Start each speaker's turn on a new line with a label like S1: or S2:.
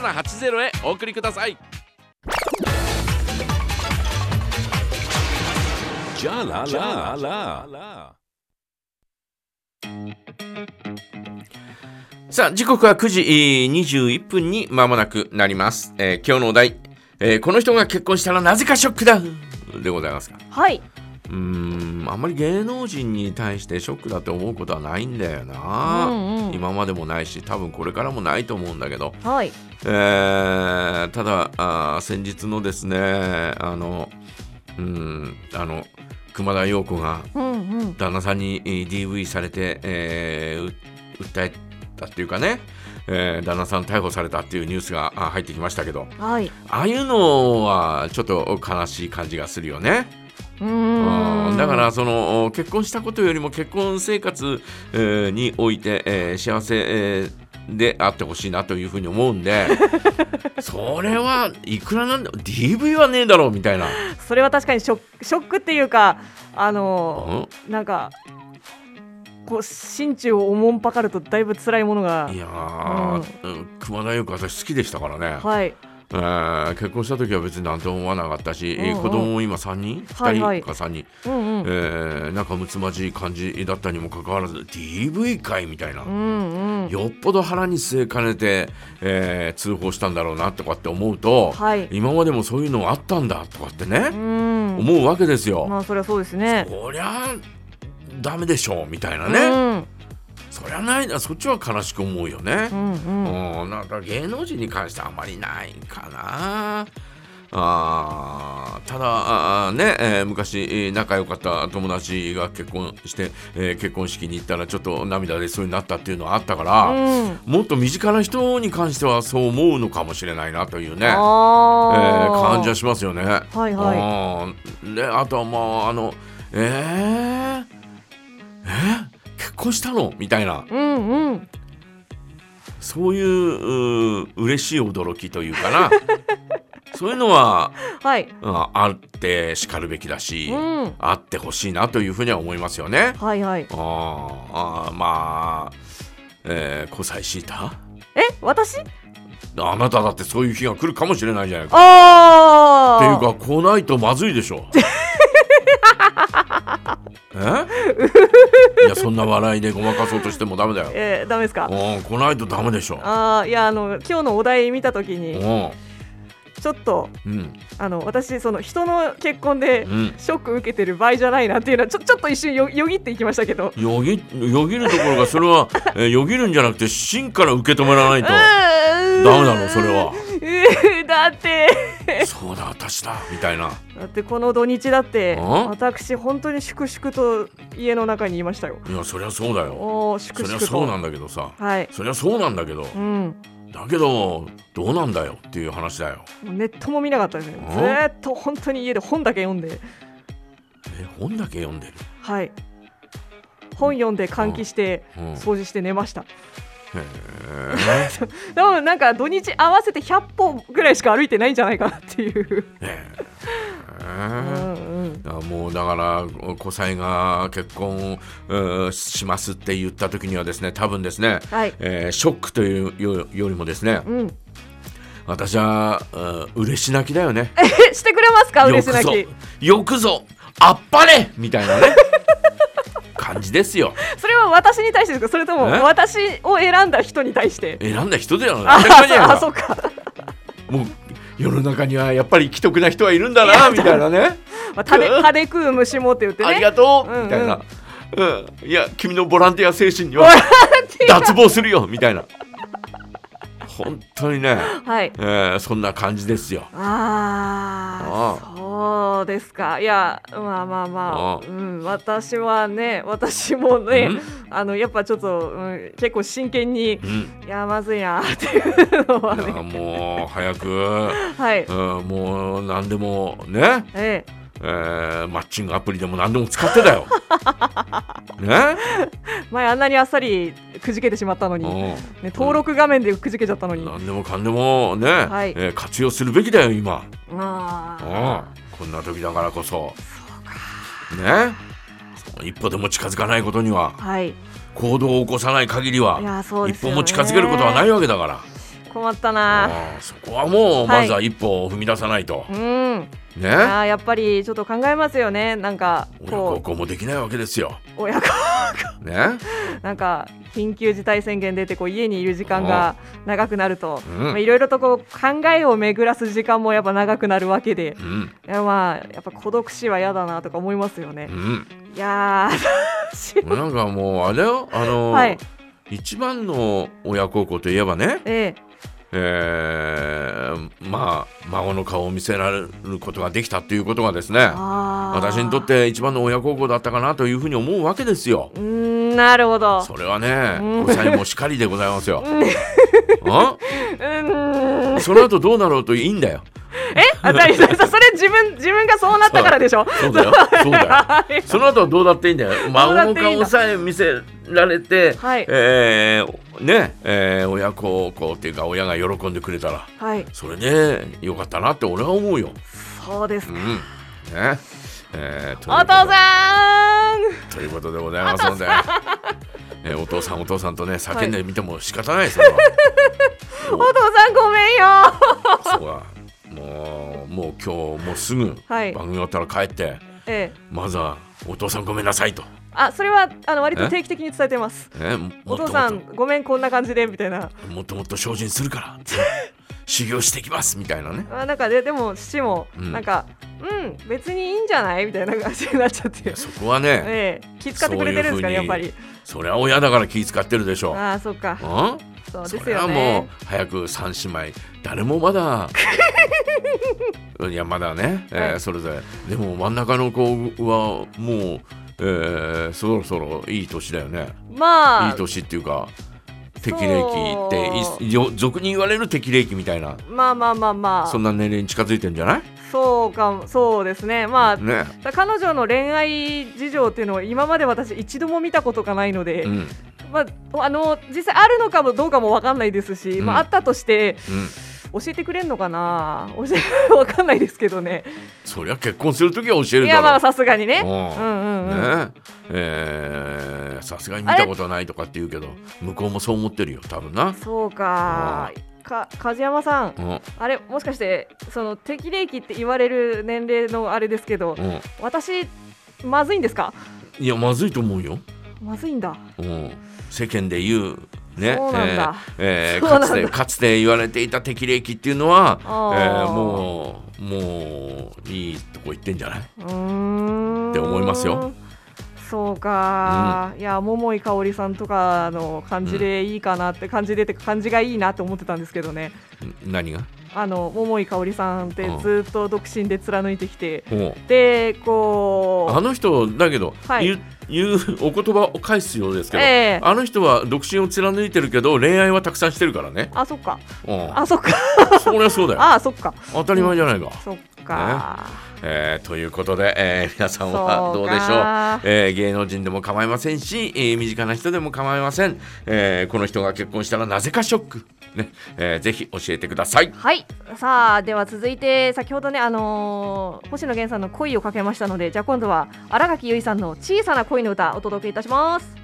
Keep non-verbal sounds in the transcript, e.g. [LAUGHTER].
S1: 0780へお送りください
S2: Ja la la la.
S1: さあ時刻は9時えー21分に間もなくなります、えー今日のお題、えーこの人が結婚したらなぜかショックだでございますが
S3: はい。
S1: うーんあんまり芸能人に対してショックだって思うことはないんだよな、
S3: うんうん
S1: 今までもないし多分これからもないと思うんだけど、
S3: はい。
S1: えーただあー先日のですねあのうんあの熊田曜子が
S3: うんうん。
S1: 旦那さんにえー DV されて、えーう訴えたっていうかね、えー旦那さん逮捕されたっていうニュースがあ入ってきましたけど
S3: はい。
S1: ああいうのはちょっと悲しい感じがするよね。
S3: うー
S1: うん
S3: ん。
S1: だか。らその結婚したことよりも結婚生活、えーにおいて、えー幸せ、えーであってほしいなというふうに思うんでそれはいくらなんでも DV はねえだろうみたいな、
S3: それは確かにショック、ショックっていうか、あの
S1: う
S3: ー、なんか。こう、心中をおもんぱかると、だいぶ辛いものが
S1: ん、い。やー、うん熊田優子私好きでしたからね、
S3: はい。
S1: えー結婚した時は別に何とも思わなかったし、
S3: うんうん
S1: 子供も今3人
S3: はいは
S1: 2
S3: い
S1: 人か3人、
S3: うんうん。
S1: えー仲睦まじい感じだったにもかかわらず DV 会みたいな。
S3: うんうん。
S1: よっぽど腹に据えかねて、えー通報したんだろうなとかって思うと、
S3: はい
S1: 今までもそういうのあったんだとかって
S3: う
S1: ね、
S3: ん。
S1: 思うわけですよ。
S3: まあ、それはそうですね。
S1: そりゃダメでしょうみたいな
S3: う
S1: ね、
S3: ん
S1: そりゃないなそっちは悲しく思うよね
S3: う。んうん。
S1: うん、なんか芸能人に関してはあまりないかな。あーただあーね、えー昔えー仲良かった友達が結婚して、えー結婚式に行ったらちょっと涙でそうになったっていうのはあったから、
S3: うん。
S1: もっと身近な人に関してはそう思うのかもしれないなというね、えー
S3: ああ。
S1: 感じはしますよね。はい
S3: はい
S1: い、であとはまああのえー、えー結婚したのみたいな
S3: うんうん。
S1: そういううー嬉しい驚きというか
S3: [LAUGHS]
S1: なそういうのは
S3: はい。
S1: ああってしかるべきだし、
S3: うん。
S1: あってほしいなというふうには思いますよね。
S3: はいはい。
S1: あーあーまあ、えー、交際シーター
S3: え、私。
S1: あなただってそういう日が来るかもしれないじゃないか。
S3: ああ。
S1: っていうか来ないとまずいでし
S3: [LAUGHS]
S1: ょ。えいやそんな笑いでごまかそうとしてもダメだよ。
S3: えー、ダメですか。
S1: うん来ないとダメでしょ。
S3: ああ、いや、あの、今日のお題見たとき
S1: う
S3: に、
S1: ん
S3: ちょっと、
S1: うん
S3: あの、私、その人の結婚で
S1: う。ん。
S3: ショック受けてる場合じゃないなっていうのはちょちょっと一瞬よよぎっていきました
S1: [LAUGHS]
S3: けど
S1: よぎよぎるところがそれは、えーよぎるんじゃなくて芯から受け止めらないうと
S3: ーん
S1: ダメなのそれは
S3: うーだって
S1: そうだ私だみたいな
S3: だってこの土日だって
S1: ん
S3: 私本当に粛々と家の中にいましたよ
S1: いやそりゃそうだよ
S3: おお粛
S1: そり
S3: 々
S1: ゃ
S3: と
S1: そうなんだけどさ
S3: はい
S1: そりゃそうなんだけど
S3: うん
S1: だけどどうなんだよっていう話だよ
S3: もうネットも見なかったですね
S1: ん
S3: ずーっと本当に家で本だけ読んで
S1: え本だけ読んでる、
S3: はい本読んで換気して
S1: うん、へ
S3: 掃除して寝ました
S1: え
S3: [LAUGHS] 多分なんか土日合わせて100歩ぐらいしか歩いてないんじゃないかなっていう
S1: え
S3: う
S1: ー
S3: んうん
S1: あもうだからお子妻が結婚えーしますって言った時にはですね多分ですね、
S3: はい
S1: えーショックというよよりもですね
S3: うん
S1: 私はうん嬉し泣きだよね
S3: えしてくれますか嬉し
S1: よ
S3: 泣
S1: くぞ
S3: き
S1: よくぞあっぱれみたいなね [LAUGHS] 感じですよ
S3: それは私に対してですかそれとも
S1: え
S3: 私を選んだ人に対して
S1: 選んだ人だよな
S3: あ
S1: 当たり前じゃな
S3: あ
S1: いか
S3: そっか、
S1: もう世の中にはやっぱり既得な人はいるんだなみたいなね
S3: まあ、食べ食べ食う虫もって言って
S1: あり
S3: ね
S1: がとう、
S3: うんうん
S1: みたいな、うん、いや君のボランティア精神に [LAUGHS] は脱帽するよみたいな本当にね、
S3: はい
S1: えーそんな感じですよ
S3: ああそうですかいやまあまあま
S1: ああ
S3: あうん、私はね私もね
S1: うん
S3: あのやっぱちょっと、うん、結構真剣に
S1: うん
S3: いやまずいなっていうのはい
S1: や
S3: ね
S1: もう早く、
S3: はい
S1: うん、もう何でもね、
S3: ええ
S1: えーマッチングアプリでも何でも使って
S3: [LAUGHS]
S1: だよね、
S3: 前あんなにあっさりくじけてしまったのに、ね、
S1: う
S3: 登録画面でくじけちゃったのに
S1: ん、
S3: あ
S1: 何でもかんでもね、
S3: はい
S1: えー活用するべきだよ今
S3: あ
S1: うん、こんな時だからこそね一歩でも近づかないことには
S3: はい
S1: 行動を起こさない限りはい
S3: やそうで
S1: 一
S3: すよ
S1: 歩
S3: ね
S1: も近づけることはないわけだから
S3: 困ったな
S1: あーそこはもう
S3: はい
S1: まずは一歩を踏み出さないと、
S3: うん
S1: ね
S3: あーやっぱりちょっと考えますよねなんか
S1: 親孝
S3: こ
S1: 行もできないわけですよ
S3: う親子 [LAUGHS]
S1: ね
S3: なんか緊急事態宣言出てこう家にいる時間が長くなると
S1: うん
S3: まあいろいろとこう考えを巡らす時間もやっぱ長くなるわけで
S1: うん
S3: いやまあやっぱ孤独死は嫌だなとか思いますよね
S1: うん
S3: いやー [LAUGHS]
S1: なんかもうあれよあの、
S3: はい
S1: 一番の親孝行といえばね、
S3: ええ
S1: えーまあ孫の顔を見せられることができたっていうことがですね
S3: あー
S1: 私にとって一番の親孝行だったかなというふうに思うわけですよ
S3: うーんなるほど
S1: それはね
S3: うん
S1: 5歳もしかりでございますよ、あ
S3: うーん
S1: その後どうなろうといいんだよ
S3: あだいそ
S1: [LAUGHS]
S3: れ自分自分がそうなったからでしょ
S1: そうだよそうだよ
S3: [LAUGHS] はい
S1: その後はどうだっていいんだよ。
S3: どうだ
S1: 孫
S3: っ
S1: の
S3: ていいんだ
S1: 顔さえ見せられて、
S3: はい
S1: えーね、えー親孝行っていうか親が喜んでくれたら、
S3: はい
S1: それでよかったなって俺は思うよ。
S3: そうです
S1: うん。
S3: か、
S1: ね。えー
S3: お父さん
S1: ということでということでございますので、えーお父さんお父さんとね叫んでみても仕方ないです
S3: お [LAUGHS] 父さんごめんよ
S1: そこはもうもう今日もうすぐ
S3: はい
S1: 番組終わったら帰って、
S3: ええ
S1: まずはお父さんごめんなさいと。
S3: あそれはあの割と
S1: え
S3: 定期的に伝えてます
S1: ねも
S3: お
S1: もっともっ
S3: 父
S1: と
S3: さんごめんこんな感じでみたいな
S1: もっともっと精進するから修行してきますみたいなね
S3: あなんかででも父も
S1: うん
S3: なんかうん、別にいいんじゃないみたいな感じになっちゃって
S1: そこはね
S3: ええ気遣ってくれてるんですかね
S1: そう
S3: やっ
S1: いう
S3: ぱ
S1: 風に
S3: り
S1: そりゃ親だから気使ってるでしょ
S3: ああそっか
S1: うん
S3: そうで
S1: そ
S3: すよ
S1: れ
S3: ね
S1: はもう早く三姉妹誰もまだ [LAUGHS] いやまだね、えー
S3: はい
S1: それぞれでも真ん中の子はもう、えーそろそろいい年だよね
S3: まあ
S1: いい年っていうか適齢期っ
S3: そ
S1: て
S3: う
S1: いよ俗に言われる適齢期みたいな
S3: まあまあまあまあ
S1: そんな年齢に近づいてんじゃない
S3: そうかもそうですねまあ、
S1: ね、
S3: だ彼女の恋愛事情っていうのを今まで私一度も見たことがないので、
S1: うんうん
S3: まあ、あの実際あるのかもどうかも分かんないですし、
S1: うん
S3: まあ、あったとして教えてくれるのかな教え [LAUGHS] 分かんないですけどね
S1: そりゃ結婚する時は教え
S3: い
S1: るだろ
S3: や
S1: う
S3: まあさすがにね
S1: う
S3: うんんうんうん、
S1: ねえーさすがに見たことないとかって言うけど向こうもそう思ってるよ多分な、
S3: そうかか梶山さん
S1: うんうん、
S3: あれもしかしてその適齢期って言われる年齢のあれですけど私まずいんですか
S1: いやまずいと思うよ、
S3: まずいんだ
S1: うん、世間で言うね
S3: そうなんだ
S1: えーえー
S3: そうな
S1: か
S3: んだ
S1: つてかつて言われていた適齢期っていうのは、え
S3: あー
S1: ーもうもういいとこ行ってんじゃないう
S3: ーん
S1: って思いますよ。
S3: そうか、いや桃井かおりさんとかの感じでいいかなって感じでてか感じがいいなって思ってたんですけどね
S1: ん何が
S3: あの桃井かおりさんって
S1: うん
S3: ずっと独身で貫いてきて、
S1: うん
S3: で
S1: あ
S3: こ
S1: の人だけど、
S3: はい
S1: 言う言うお言葉を返すようです
S3: う
S1: けど、
S3: ええあ
S1: あの人は独身を貫いてるけど恋愛はたくさんしてるからね、
S3: そっか
S1: うん、
S3: あそっか
S1: そりゃそうだよ
S3: あそっか
S1: 当たり前じゃないか。
S3: そっか、
S1: えーということで、えー皆さんはど
S3: そうう
S1: でしょう。
S3: か
S1: えー芸能人でも構いませんし、えー身近な人でも構いません、えーこの人が結婚したらなぜかショック、ねえーぜひ教えてください
S3: はいさあでは続いて先ほどねあのー星野源さんの恋をかけましたのでじゃあ今度は新垣結衣さんの小さな恋の歌お届けいたします